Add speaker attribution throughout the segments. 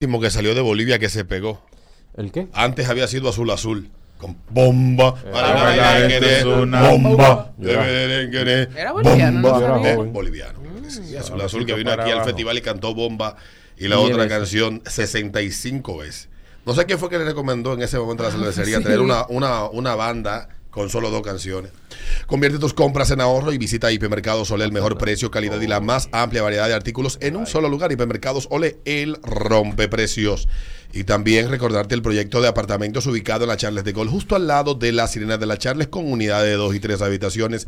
Speaker 1: último que salió de Bolivia que se pegó.
Speaker 2: ¿El qué?
Speaker 1: Antes había sido azul azul. Con bomba,
Speaker 3: ah,
Speaker 1: para
Speaker 3: esto
Speaker 1: merenguere,
Speaker 3: es una-
Speaker 1: bomba,
Speaker 2: Yo era-
Speaker 1: de merenguere,
Speaker 4: Era boliviano, no
Speaker 1: bomba.
Speaker 2: sabía.
Speaker 1: Eh, boliviano. claro que sí. Azul Azul que vino
Speaker 3: para
Speaker 1: aquí al
Speaker 3: abajo.
Speaker 1: festival y cantó bomba y la
Speaker 2: Mil
Speaker 1: otra
Speaker 2: veces.
Speaker 1: canción 65 veces. No sé quién fue que le recomendó en ese momento a la cervecería
Speaker 4: Ah, sí.
Speaker 1: tener una, una, una banda con solo dos canciones. Convierte tus compras en ahorro y visita Hipermercados Ole, el mejor precio, calidad y la más amplia variedad de artículos en un solo lugar. Hipermercados Ole, el rompe precios. Y también recordarte el proyecto de apartamentos ubicado en la Charles de Gol, justo al lado de la Sirena de la Charles, con unidad de dos y tres habitaciones,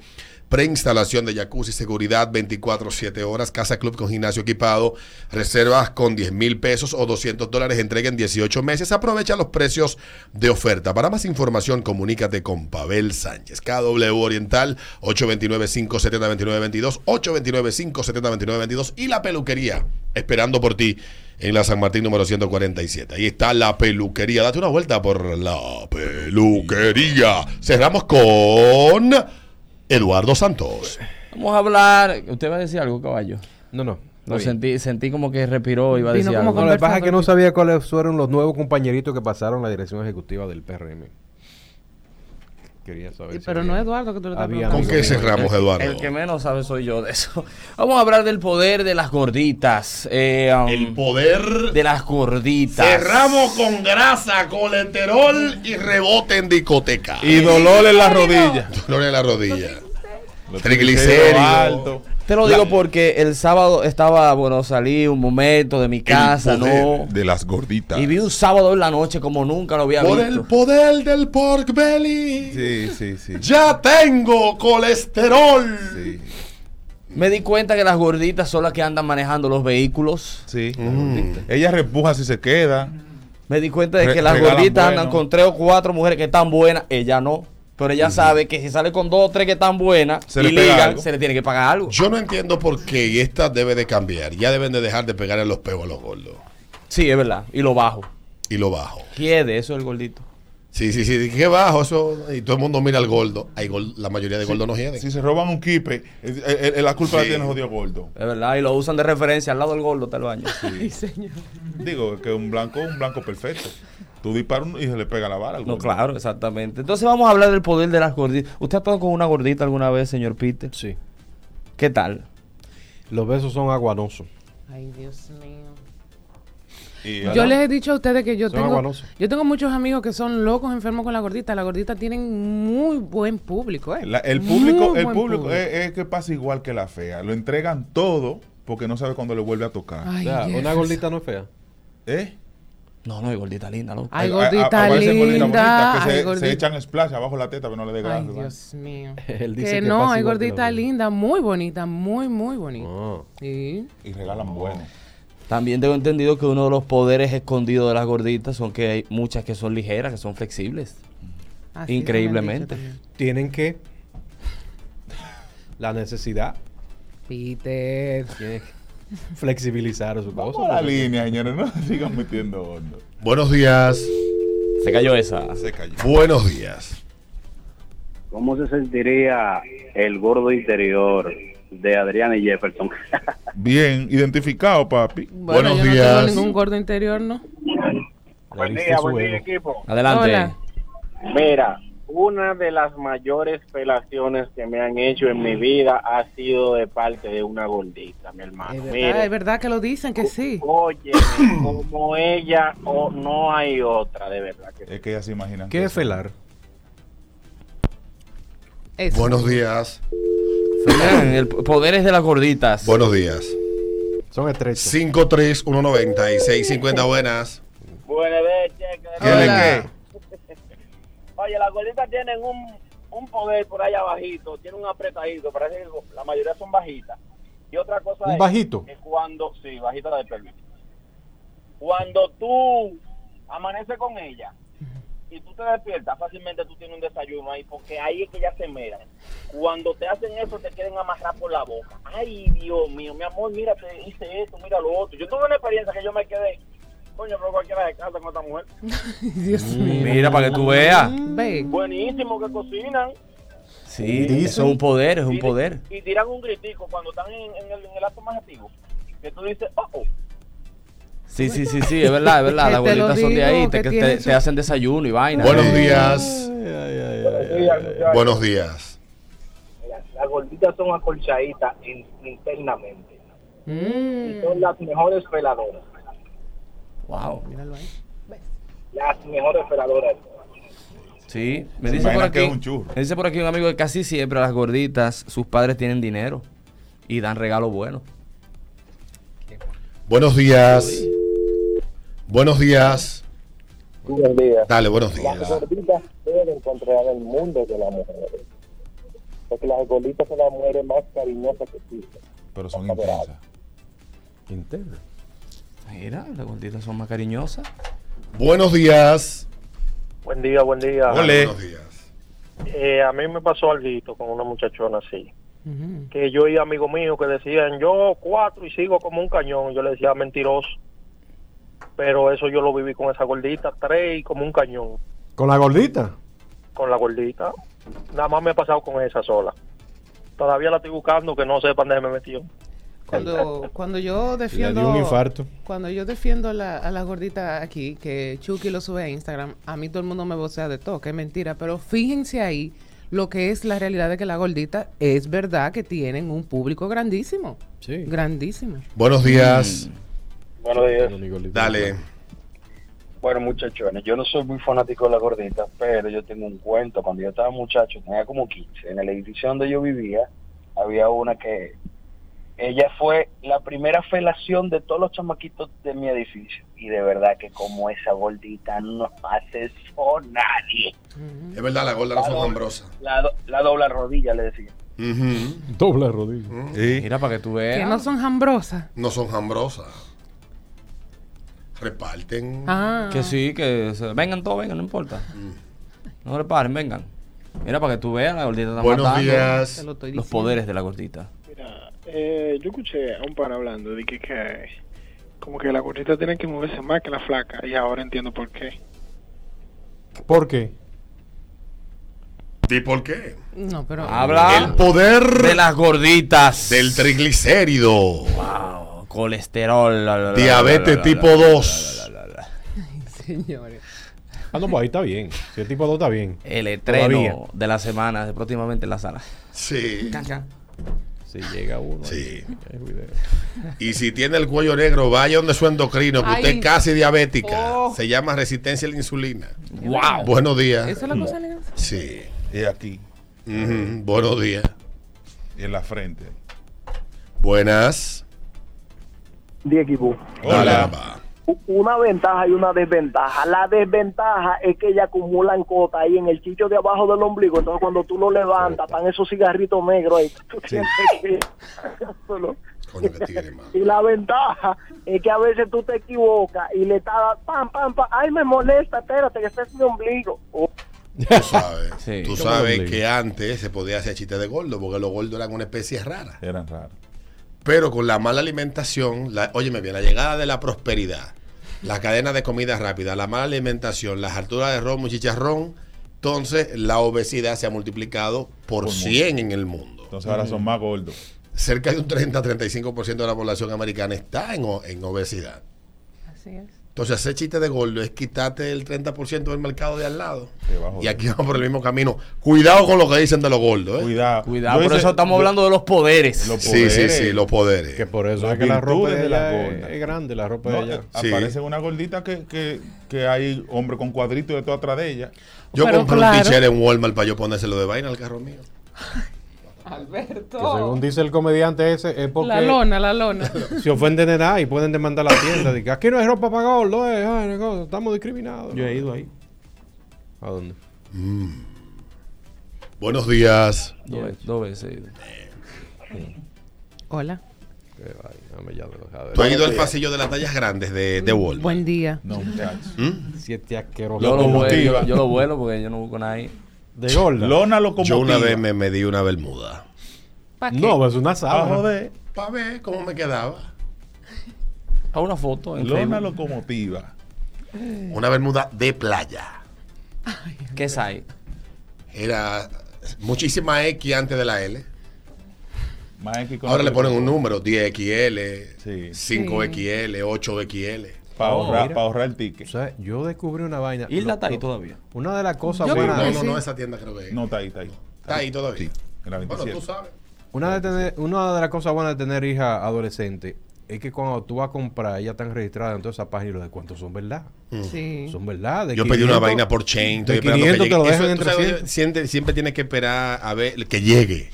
Speaker 1: preinstalación de jacuzzi, seguridad 24-7 horas, casa club con gimnasio equipado, reservas con 10 mil pesos o 200 dólares, entrega en 18 meses. Aprovecha los precios de oferta. Para más información, comunícate con Pavel Sánchez. KW Oriental, 829-570-2922, 829-570-2922 y la peluquería, esperando por ti en la San Martín número 147. Ahí está la peluquería. Date una vuelta por la peluquería. Cerramos con Eduardo Santos.
Speaker 5: Vamos a hablar. ¿Usted va a decir algo, caballo?
Speaker 2: No, no.
Speaker 5: Lo
Speaker 2: está bien.
Speaker 5: sentí, sentí como que respiró y iba a
Speaker 4: Vino
Speaker 5: decir
Speaker 4: como
Speaker 5: algo.
Speaker 2: No, lo que pasa es que
Speaker 4: Conversando.
Speaker 2: no sabía cuáles fueron los nuevos compañeritos que pasaron la dirección ejecutiva del PRM. Quería saber.
Speaker 4: Sí,
Speaker 2: si
Speaker 4: pero
Speaker 2: había-
Speaker 4: no Eduardo que tú le estás
Speaker 2: Pues, Había-
Speaker 4: preguntando.
Speaker 1: ¿Con qué cerramos, Eduardo?
Speaker 5: El que menos sabe soy yo de eso. Vamos a hablar del poder de las gorditas. eh, um,
Speaker 1: El poder
Speaker 5: de las gorditas.
Speaker 1: Cerramos con grasa, colesterol y rebote en discoteca.
Speaker 3: Y dolor en la rodilla.
Speaker 1: dolor en la rodilla.
Speaker 3: Triglicérido alto.
Speaker 5: Te lo digo porque el sábado estaba, bueno, salí un momento de mi casa, ¿no?
Speaker 3: De las gorditas.
Speaker 5: Y vi un sábado en la noche como nunca lo había
Speaker 1: Por
Speaker 5: visto.
Speaker 1: el poder del pork belly.
Speaker 3: Sí, sí, sí.
Speaker 1: Ya tengo colesterol.
Speaker 3: Sí.
Speaker 5: Me di cuenta que las gorditas son las que andan manejando los vehículos.
Speaker 3: Sí.
Speaker 1: Mm.
Speaker 3: Ella repuja si se queda.
Speaker 5: Me di cuenta de
Speaker 3: Re-
Speaker 5: que las
Speaker 3: regalan
Speaker 5: gorditas
Speaker 3: bueno.
Speaker 5: andan con tres o cuatro mujeres que están buenas, ella no. Pero ella sabe que si sale con dos o tres que están buenas
Speaker 3: Se
Speaker 5: y
Speaker 3: le pega
Speaker 5: ligan,
Speaker 3: algo.
Speaker 5: se le tiene que pagar algo.
Speaker 1: Yo no entiendo por qué y esta debe de cambiar. Ya deben de dejar de pegarle los peos a los gordos.
Speaker 5: Sí, es verdad. Y lo bajo.
Speaker 1: Y lo bajo.
Speaker 5: Quiere, eso es el gordito.
Speaker 1: Sí, sí, sí. Qué bajo eso. Y todo el mundo mira al gordo. Hay gol- la mayoría de gordos no hieden.
Speaker 3: Si se roban un kipe, eh, eh, eh, la culpa
Speaker 1: Sí.
Speaker 3: la tiene el jodido gordo.
Speaker 5: Es verdad. Y lo usan de referencia al lado del gordo hasta el baño.
Speaker 4: Ay, señor.
Speaker 3: Digo, que un blanco un blanco perfecto. Tú disparas uno y se le pega la vara. al
Speaker 5: No,
Speaker 3: gordo.
Speaker 5: claro, exactamente. Entonces vamos a hablar del poder de las gorditas. ¿Usted ha estado con una gordita alguna vez, señor Peter?
Speaker 2: Sí.
Speaker 5: ¿Qué tal?
Speaker 2: Los besos son aguanosos.
Speaker 4: Ay, Dios mío.
Speaker 3: Y
Speaker 4: Yo
Speaker 3: ahora-
Speaker 4: les he dicho a ustedes que yo
Speaker 2: Son
Speaker 4: tengo,
Speaker 2: aguanosos.
Speaker 4: yo tengo muchos amigos que son locos enfermos con la gordita. La gordita tienen muy buen público, ¿eh?
Speaker 3: la- el
Speaker 4: Muy
Speaker 3: público, el
Speaker 4: buen
Speaker 3: público eh, es, es que pasa igual que la fea. Lo entregan todo porque no sabe cuándo le vuelve a tocar.
Speaker 4: Ay,
Speaker 2: Ya, una
Speaker 4: Jefferson.
Speaker 2: gordita no es fea.
Speaker 3: ¿Eh?
Speaker 5: No, no, es gordita linda, loco.
Speaker 3: A-
Speaker 4: Ay,
Speaker 3: a-
Speaker 4: gordita
Speaker 3: aparecen gorditas
Speaker 4: linda.
Speaker 3: bonitas que
Speaker 4: Ay,
Speaker 3: se,
Speaker 4: gordita.
Speaker 3: se echan splash abajo la teta, pero no le dé
Speaker 4: Ay,
Speaker 3: grasa.
Speaker 4: Dios mío.
Speaker 2: Él dice
Speaker 4: que,
Speaker 2: que
Speaker 4: no,
Speaker 2: pasa
Speaker 4: hay
Speaker 2: igual que la
Speaker 4: gordita
Speaker 2: mía.
Speaker 4: linda, muy bonita, muy, muy bonita.
Speaker 3: Oh.
Speaker 2: No.
Speaker 4: Sí.
Speaker 3: Y regalan bueno.
Speaker 5: También tengo entendido que uno de los poderes escondidos de las gorditas son que hay muchas que son ligeras, que son flexibles.
Speaker 4: Así me han
Speaker 5: Increíblemente.
Speaker 4: dicho también.
Speaker 2: Tienen que. La necesidad.
Speaker 4: Peter.
Speaker 2: Tienen que flexibilizar su cosa.
Speaker 3: Vamos a la línea, señores. No sigan metiendo hondo.
Speaker 1: Buenos días.
Speaker 5: Se cayó esa.
Speaker 3: Se cayó.
Speaker 1: Buenos días.
Speaker 6: ¿Cómo se sentiría el gordo interior de Adriana y Jefferson?
Speaker 3: Bien, identificado, papi.
Speaker 4: Bueno,
Speaker 1: Buenos
Speaker 4: yo No
Speaker 1: días.
Speaker 4: tengo ningún gordo interior, ¿no?
Speaker 6: buen día, buen día, equipo.
Speaker 5: Adelante.
Speaker 4: Hola.
Speaker 6: Mira, una de las mayores felaciones que me han hecho en mi vida ha sido de parte de una gordita, mi
Speaker 2: Ah,
Speaker 6: hermano.
Speaker 4: Es
Speaker 6: Mire,
Speaker 4: verdad, es verdad que lo dicen que sí.
Speaker 2: Oh,
Speaker 6: Oye, como ella, o no hay otra, de verdad. Que sí.
Speaker 3: Es que ya se imaginan.
Speaker 2: ¿Qué
Speaker 3: que
Speaker 2: es felar? oh.
Speaker 4: Eso.
Speaker 1: Buenos días.
Speaker 5: Fernan, El poder es de las gorditas.
Speaker 1: Buenos días.
Speaker 2: Son estrechos.
Speaker 1: 5319650 buenas.
Speaker 6: Buenas noches, que-
Speaker 3: ¿Tiene
Speaker 1: Hola.
Speaker 3: qué?
Speaker 6: Oye, las gorditas tienen un, un poder por allá abajito, tienen un apretadito, parece que la mayoría son bajitas. Y otra cosa
Speaker 2: ¿Un
Speaker 6: es
Speaker 2: bajito?
Speaker 6: que cuando, sí, bajita la de permiso. Cuando tú amaneces con ella y tú te despiertas, fácilmente tú tienes un desayuno ahí, porque ahí es que ya se meran. Cuando te hacen eso, te quieren amarrar por la boca. Ay, Dios mío, mi amor, mira, te hice esto, mira lo otro. Yo tuve una experiencia que yo me quedé, coño, pero cualquiera de casa con esta mujer.
Speaker 4: Dios mío.
Speaker 5: Mira, para que tú veas.
Speaker 4: Ve.
Speaker 6: Buenísimo que cocinan.
Speaker 5: Sí, eso es un poder, es un
Speaker 6: Y-
Speaker 5: poder.
Speaker 6: Y tiran un gritico cuando están en, en el, en el acto más activo. Que tú dices, oh, oh.
Speaker 5: Sí, sí, sí, sí, es verdad, es verdad.
Speaker 4: Que
Speaker 5: Las
Speaker 4: te lo
Speaker 5: gorditas son de
Speaker 4: digo,
Speaker 5: ahí,
Speaker 4: que
Speaker 5: te, que
Speaker 4: tiene
Speaker 5: te-
Speaker 4: su-
Speaker 5: te hacen desayuno y vaina.
Speaker 1: Buenos días.
Speaker 6: Sí, muchachos.
Speaker 1: Buenos días.
Speaker 6: Las, las gorditas son acolchaditas in- internamente. Y son las mejores peladoras.
Speaker 5: Wow.
Speaker 4: Míralo ahí.
Speaker 6: Las mejores peladoras.
Speaker 5: Sí, me
Speaker 3: Se
Speaker 5: dice por
Speaker 3: imagina que
Speaker 5: aquí.
Speaker 3: es un churro.
Speaker 5: Me dice por aquí un amigo que casi siempre las gorditas, sus padres tienen dinero y dan regalos buenos.
Speaker 1: Buenos días. Buenos días.
Speaker 6: Buenos días.
Speaker 1: Dale, buenos
Speaker 6: Las
Speaker 1: días.
Speaker 6: gorditas deben encontrar el mundo de las mujeres. Porque las gorditas son las mujeres más cariñosas que existen.
Speaker 3: Pero son intensas.
Speaker 2: Interno.
Speaker 5: Mira, las gorditas son más cariñosas.
Speaker 1: Buenos días.
Speaker 7: Buen día, buen día.
Speaker 1: Dale, Buenos días.
Speaker 7: Eh, a mí me pasó algo con una muchachona así.
Speaker 4: Ujú.
Speaker 7: Que yo y amigos míos que decían, yo cuatro y sigo como un cañón. Yo le decía, mentiroso. Pero eso yo lo viví con esa gordita, tres y como un cañón.
Speaker 2: ¿Con la gordita?
Speaker 7: Con la gordita. Nada más me ha pasado con esa sola. Todavía la estoy buscando, que no sepan dónde me metió.
Speaker 4: Cuando, cuando yo
Speaker 2: Le
Speaker 4: defiendo.
Speaker 2: dio un infarto.
Speaker 4: Cuando yo defiendo la- a las gorditas aquí, que Chucky lo sube a Instagram, a mí todo el mundo me vocea de todo, que es mentira, pero fíjense ahí lo que es la realidad de que las gorditas es verdad que tienen un público grandísimo,
Speaker 2: Sí.
Speaker 4: grandísimo.
Speaker 1: Buenos días.
Speaker 8: Buenos días.
Speaker 2: Cuando mi gordita-
Speaker 1: Dale.
Speaker 8: Bueno, muchachones, yo no soy muy fanático de la gordita, pero yo tengo un cuento. Cuando yo estaba muchacho, tenía como 15, en el edificio donde yo vivía, había una que. Ella fue la primera felación de todos los chamaquitos de mi edificio. Y de verdad que como esa gordita no hace eso nadie.
Speaker 1: Es verdad, las gordas no son hambrosas.
Speaker 8: La, do- la dobla rodilla, le decía.
Speaker 1: Ujú.
Speaker 2: Dobla rodilla.
Speaker 3: Sí.
Speaker 5: Mira, para que tú veas.
Speaker 4: Que no son jambrosas.
Speaker 1: No son hambrosas. Reparten.
Speaker 4: Ah,
Speaker 5: Que sí, que se- vengan todos, vengan, no importa.
Speaker 3: Mm.
Speaker 5: No reparen, vengan. Mira, para que tú veas, la gordita está
Speaker 1: Buenos
Speaker 5: matando
Speaker 1: días.
Speaker 4: te lo estoy
Speaker 5: los
Speaker 4: diciendo.
Speaker 5: poderes de la gordita.
Speaker 9: Mira, eh, yo escuché a un pan hablando de que, que como que la gordita tiene que moverse más que la flaca y ahora entiendo por qué.
Speaker 2: ¿Por qué?
Speaker 1: ¿Y por qué?
Speaker 4: No, pero
Speaker 5: Ah, Habla
Speaker 1: El poder
Speaker 5: de las gorditas.
Speaker 1: del triglicérido.
Speaker 5: Wow, colesterol. la, la, la,
Speaker 1: Diabetes
Speaker 5: la, la,
Speaker 1: tipo
Speaker 5: la, la,
Speaker 1: 2.
Speaker 5: la, la, la, la.
Speaker 4: señores.
Speaker 2: Ah, no, pues ahí está bien. Si el tipo 2 está bien.
Speaker 5: El estreno
Speaker 2: Todavía.
Speaker 5: de la semana, de próximamente en la sala.
Speaker 1: Sí.
Speaker 2: Si llega uno.
Speaker 1: Sí.
Speaker 2: ahí, hay video.
Speaker 1: Y si tiene el cuello negro, vaya donde su endocrino, que usted
Speaker 4: Ay.
Speaker 1: es casi diabética.
Speaker 4: Oh.
Speaker 1: Se llama resistencia a la insulina.
Speaker 5: Wow.
Speaker 1: Buenos días.
Speaker 4: Esa es la cosa elegante.
Speaker 1: Sí.
Speaker 3: Y aquí,
Speaker 1: Ujú. Buenos días.
Speaker 3: y en la frente.
Speaker 1: Buenas.
Speaker 6: Diego
Speaker 1: Dale, papá.
Speaker 6: una ventaja y una desventaja. La desventaja es que ella acumulan cota ahí en el chicho de abajo del ombligo. Entonces, cuando tú lo levantas, están esos cigarritos negros ahí. Tú tienes que-
Speaker 1: Coño, qué tigre, mano.
Speaker 6: y la ventaja es que a veces tú te equivocas y le estás, pam, pam, pam. Ay, me molesta, espérate, que este es mi ombligo. Oh,
Speaker 1: Tú sabes,
Speaker 5: Sí.
Speaker 1: tú
Speaker 5: ¿Cómo
Speaker 1: sabes
Speaker 2: lo
Speaker 1: que antes se podía hacer chiste de gordo, porque los gordos eran una especie rara.
Speaker 3: Eran raros.
Speaker 1: Pero con la mala alimentación, la, óyeme bien, la llegada de la prosperidad, las cadenas de comida rápida, la mala alimentación, las alturas de romo y chicharrón, entonces la obesidad se ha multiplicado por,
Speaker 3: Por
Speaker 1: 100 en el mundo.
Speaker 3: Entonces ahora
Speaker 5: Mm.
Speaker 3: son más gordos.
Speaker 1: Cerca de un 30-35% de la población americana está en, o- en obesidad.
Speaker 4: Así es.
Speaker 1: Entonces hacer chiste de gordo es quitarte el 30% del mercado de al lado.
Speaker 3: Te va a joder.
Speaker 1: Y aquí vamos por el mismo camino. Cuidado con lo que dicen de los gordos. ¿eh?
Speaker 3: Cuidado.
Speaker 5: Cuidado,
Speaker 3: Yo
Speaker 5: por
Speaker 3: hice-
Speaker 5: eso estamos
Speaker 3: yo-
Speaker 5: hablando de los poderes.
Speaker 3: Los
Speaker 1: Sí, sí,
Speaker 3: poderes.
Speaker 1: sí, los poderes.
Speaker 2: Que por eso
Speaker 3: Las
Speaker 2: es que la ropa
Speaker 3: virtudes
Speaker 2: de
Speaker 3: de la
Speaker 2: ella es,
Speaker 3: gorda.
Speaker 2: es grande, la ropa
Speaker 3: No,
Speaker 2: de ella.
Speaker 3: eh,
Speaker 1: Sí.
Speaker 3: Aparece una gordita que, que, que hay hombre con cuadrito de todo atrás de ella.
Speaker 1: Yo
Speaker 4: Pero
Speaker 1: compré un
Speaker 4: claro.
Speaker 1: t-shirt en Walmart para yo ponérselo de vaina al carro mío.
Speaker 4: Alberto.
Speaker 2: Que según dice el comediante ese, es
Speaker 4: Oh. La
Speaker 2: porque
Speaker 4: lona, la lona.
Speaker 2: se ofenden de nada y pueden demandar la tienda. Dice, aquí no hay ropa para gordo, eh, ay, no, cosa, estamos discriminados.
Speaker 5: he ido ahí.
Speaker 2: ¿A dónde?
Speaker 1: Buenos días.
Speaker 5: Dos, ve- dos veces. he ido.
Speaker 4: Hola.
Speaker 2: Qué vaina, me ya de dejar de-
Speaker 1: Tú has ido al pasillo de las tallas grandes de, de Walmart.
Speaker 4: Buen día.
Speaker 3: No, muchachos.
Speaker 2: Siete asquerosos.
Speaker 5: Yo lo, vuelo,
Speaker 3: Locomotiva.
Speaker 5: yo, yo lo vuelo porque yo no busco nada ahí.
Speaker 2: De gorda.
Speaker 3: Lona locomotiva.
Speaker 1: Yo una vez me medí una bermuda.
Speaker 4: ¿Para qué?
Speaker 2: No, es una
Speaker 3: Ah,
Speaker 2: sábana.
Speaker 3: joder.
Speaker 1: Para ver cómo me quedaba.
Speaker 5: A una foto en
Speaker 3: Lona
Speaker 5: Facebook.
Speaker 3: locomotiva.
Speaker 1: Mm. Una bermuda de playa.
Speaker 5: ¿Qué es ahí?
Speaker 1: Era muchísima X antes de la L.
Speaker 3: Más X con
Speaker 1: Ahora le
Speaker 3: otro.
Speaker 1: ponen un número, 10XL,
Speaker 3: Sí.
Speaker 1: 5XL, 8XL.
Speaker 3: Para
Speaker 2: Oh,
Speaker 3: ahorrar,
Speaker 2: mira.
Speaker 3: pa' ahorrar el ticket.
Speaker 2: O sea, yo descubrí una vaina.
Speaker 5: Hilda
Speaker 2: Lo-
Speaker 5: está ahí
Speaker 2: lo-
Speaker 5: todavía.
Speaker 2: Una de las cosas
Speaker 4: Yo
Speaker 2: buenas.
Speaker 4: creo
Speaker 1: No,
Speaker 4: que
Speaker 1: no,
Speaker 4: sí.
Speaker 1: no, esa tienda creo que
Speaker 3: No, está ahí, está ahí.
Speaker 1: está ahí todavía.
Speaker 3: Sí, en la
Speaker 1: Bueno,
Speaker 3: 27.
Speaker 1: tú sabes.
Speaker 2: Una de, tener- una de las cosas buenas de tener hija adolescente es que cuando tú vas a comprar, ellas están registradas en toda esa página y lo de cuántos son verdad.
Speaker 4: Sí.
Speaker 2: Son verdad. de
Speaker 1: Yo pedí una
Speaker 2: 500,
Speaker 1: vaina por chain. Estoy
Speaker 2: de
Speaker 1: esperando
Speaker 2: 500
Speaker 1: que
Speaker 2: te lo
Speaker 1: llegue. Eso,
Speaker 2: dejan en
Speaker 1: tú sabes,
Speaker 2: 300.
Speaker 1: siempre, siempre tienes que esperar a ver que llegue.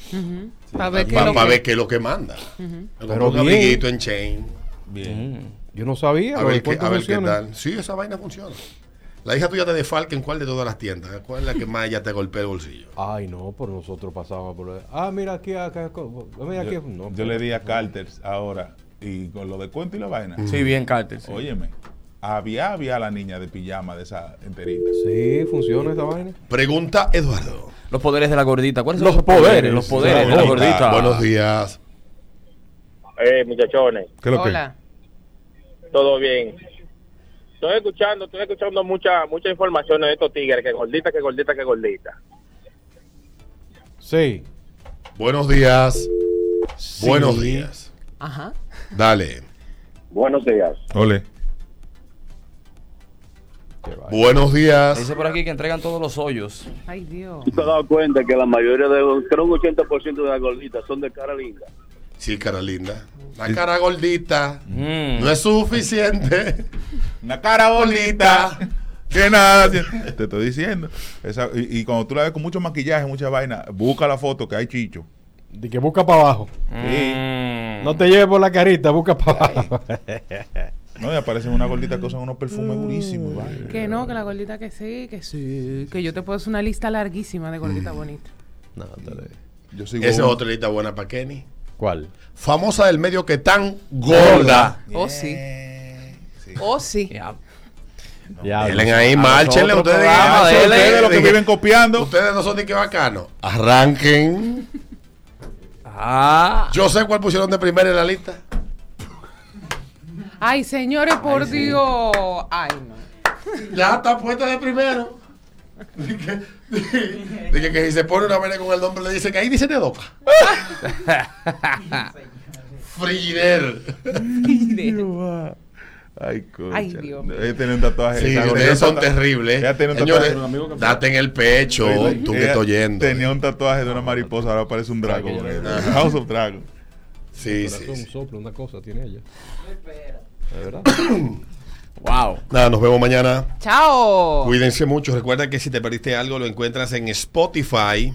Speaker 4: Para ver qué
Speaker 1: Para
Speaker 4: lo que-
Speaker 1: ver qué es lo que manda. Me compré
Speaker 2: Pero
Speaker 1: un
Speaker 2: bien.
Speaker 1: amiguito en chain.
Speaker 5: Mm.
Speaker 2: Yo no sabía.
Speaker 1: A
Speaker 2: lo
Speaker 1: ver,
Speaker 2: del
Speaker 1: qué,
Speaker 2: cuento
Speaker 1: a ver qué
Speaker 2: funciona.
Speaker 1: tal. Sí, esa vaina funciona. La hija tuya te defalca en cuál de todas las tiendas. ¿Cuál es la que más ya te golpea el bolsillo?
Speaker 2: Ay, no, por nosotros pasábamos por. lo- Ah, mira aquí, acá. co- Mira aquí.
Speaker 3: Yo,
Speaker 2: Ah, no,
Speaker 3: yo le di a Carter ahora, y con lo de cuento y la vaina.
Speaker 5: Sí, bien, Carter. sí.
Speaker 3: Óyeme, había, había la niña de pijama de esa enterita.
Speaker 2: Sí, funciona esa vaina.
Speaker 1: Pregunta Eduardo.
Speaker 5: Los poderes de la gordita. ¿Cuáles son
Speaker 2: Los
Speaker 5: los poderes?
Speaker 2: poderes,
Speaker 5: Los poderes de la
Speaker 3: Eduardo.
Speaker 5: gordita.
Speaker 1: Buenos días.
Speaker 7: Eh, muchachones,
Speaker 4: Hola.
Speaker 7: todo bien. Estoy escuchando, estoy escuchando mucha, mucha información de estos tigres, que gordita, que gordita, que gordita.
Speaker 2: Sí.
Speaker 1: Buenos días. Buenos
Speaker 2: Sí.
Speaker 1: días.
Speaker 4: Ajá.
Speaker 1: Dale.
Speaker 8: Buenos días.
Speaker 3: Ole.
Speaker 2: Qué vaina.
Speaker 1: Buenos días.
Speaker 5: Dice por aquí que entregan todos los hoyos.
Speaker 4: Ay, Dios.
Speaker 8: ¿Tú te has dado cuenta que la mayoría de los, creo un 80% de las gorditas son de cara linda?
Speaker 1: Sí, cara linda. La cara gordita.
Speaker 5: Mm.
Speaker 1: No es suficiente.
Speaker 3: Una cara bonita. Que nada, si- te estoy diciendo. Esa- y, y cuando tú la ves con mucho maquillaje, mucha vaina, busca la foto que hay chicho.
Speaker 2: De que busca para abajo.
Speaker 5: Mm.
Speaker 2: No te lleves por la carita, busca para abajo.
Speaker 3: No, y aparecen una gordita que usan unos perfumes durísimos. vaina.
Speaker 4: Que no, que la gordita que sí, que sí. Que yo te puedo hacer una lista larguísima de gorditas bonitas.
Speaker 2: No, te le-
Speaker 3: Yo sigo
Speaker 1: Esa es
Speaker 3: uno.
Speaker 1: otra lista buena para Kenny.
Speaker 2: ¿Cuál?
Speaker 1: Famosa del medio que tan gorda.
Speaker 4: Oh, sí.
Speaker 3: Eh, Sí.
Speaker 4: Oh, sí.
Speaker 5: Ya.
Speaker 2: Ya,
Speaker 1: Denle ahí,
Speaker 5: los
Speaker 1: márchenle.
Speaker 5: otros
Speaker 1: Ustedes,
Speaker 5: programas,
Speaker 1: ustedes,
Speaker 5: denle.
Speaker 1: ustedes
Speaker 3: Ustedes los que
Speaker 1: digan,
Speaker 3: viven copiando.
Speaker 1: ustedes no son ni que bacano. Arranquen.
Speaker 5: Ah.
Speaker 1: Yo sé cuál pusieron de primera en la lista.
Speaker 4: Ay, señores, por Dios. Ay, no.
Speaker 1: Ya está puesta de primero. Dije que, dije que si se pone una vaina con el nombre le dicen que ahí dice Nedoca. Frigider.
Speaker 3: Ay, coño.
Speaker 4: Ay, Dios mío.
Speaker 3: Ella tiene un tatuaje.
Speaker 1: Sí,
Speaker 3: Esa gordita
Speaker 1: ustedes son
Speaker 3: tatu-
Speaker 1: terribles.
Speaker 3: Ella tiene un
Speaker 1: Señores,
Speaker 3: tatuaje. de un amigo que-
Speaker 1: date en el pecho.
Speaker 3: Ella-
Speaker 1: Tú que estás oyendo.
Speaker 3: eh,
Speaker 1: eh.
Speaker 3: Tenía un tatuaje de una mariposa, ahora parece un dragón.
Speaker 2: Ah, yo no-
Speaker 3: eh. House of Dragon.
Speaker 1: Sí, sí.
Speaker 2: un
Speaker 1: sí.
Speaker 2: soplo, una cosa tiene ella.
Speaker 5: Wow.
Speaker 1: Nada, nos vemos mañana.
Speaker 4: Chao.
Speaker 1: Cuídense mucho. Recuerda que si te perdiste algo, lo encuentras en Spotify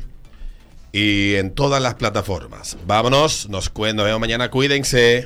Speaker 1: y en todas las plataformas. Vámonos, nos, cuen- nos vemos mañana. Cuídense.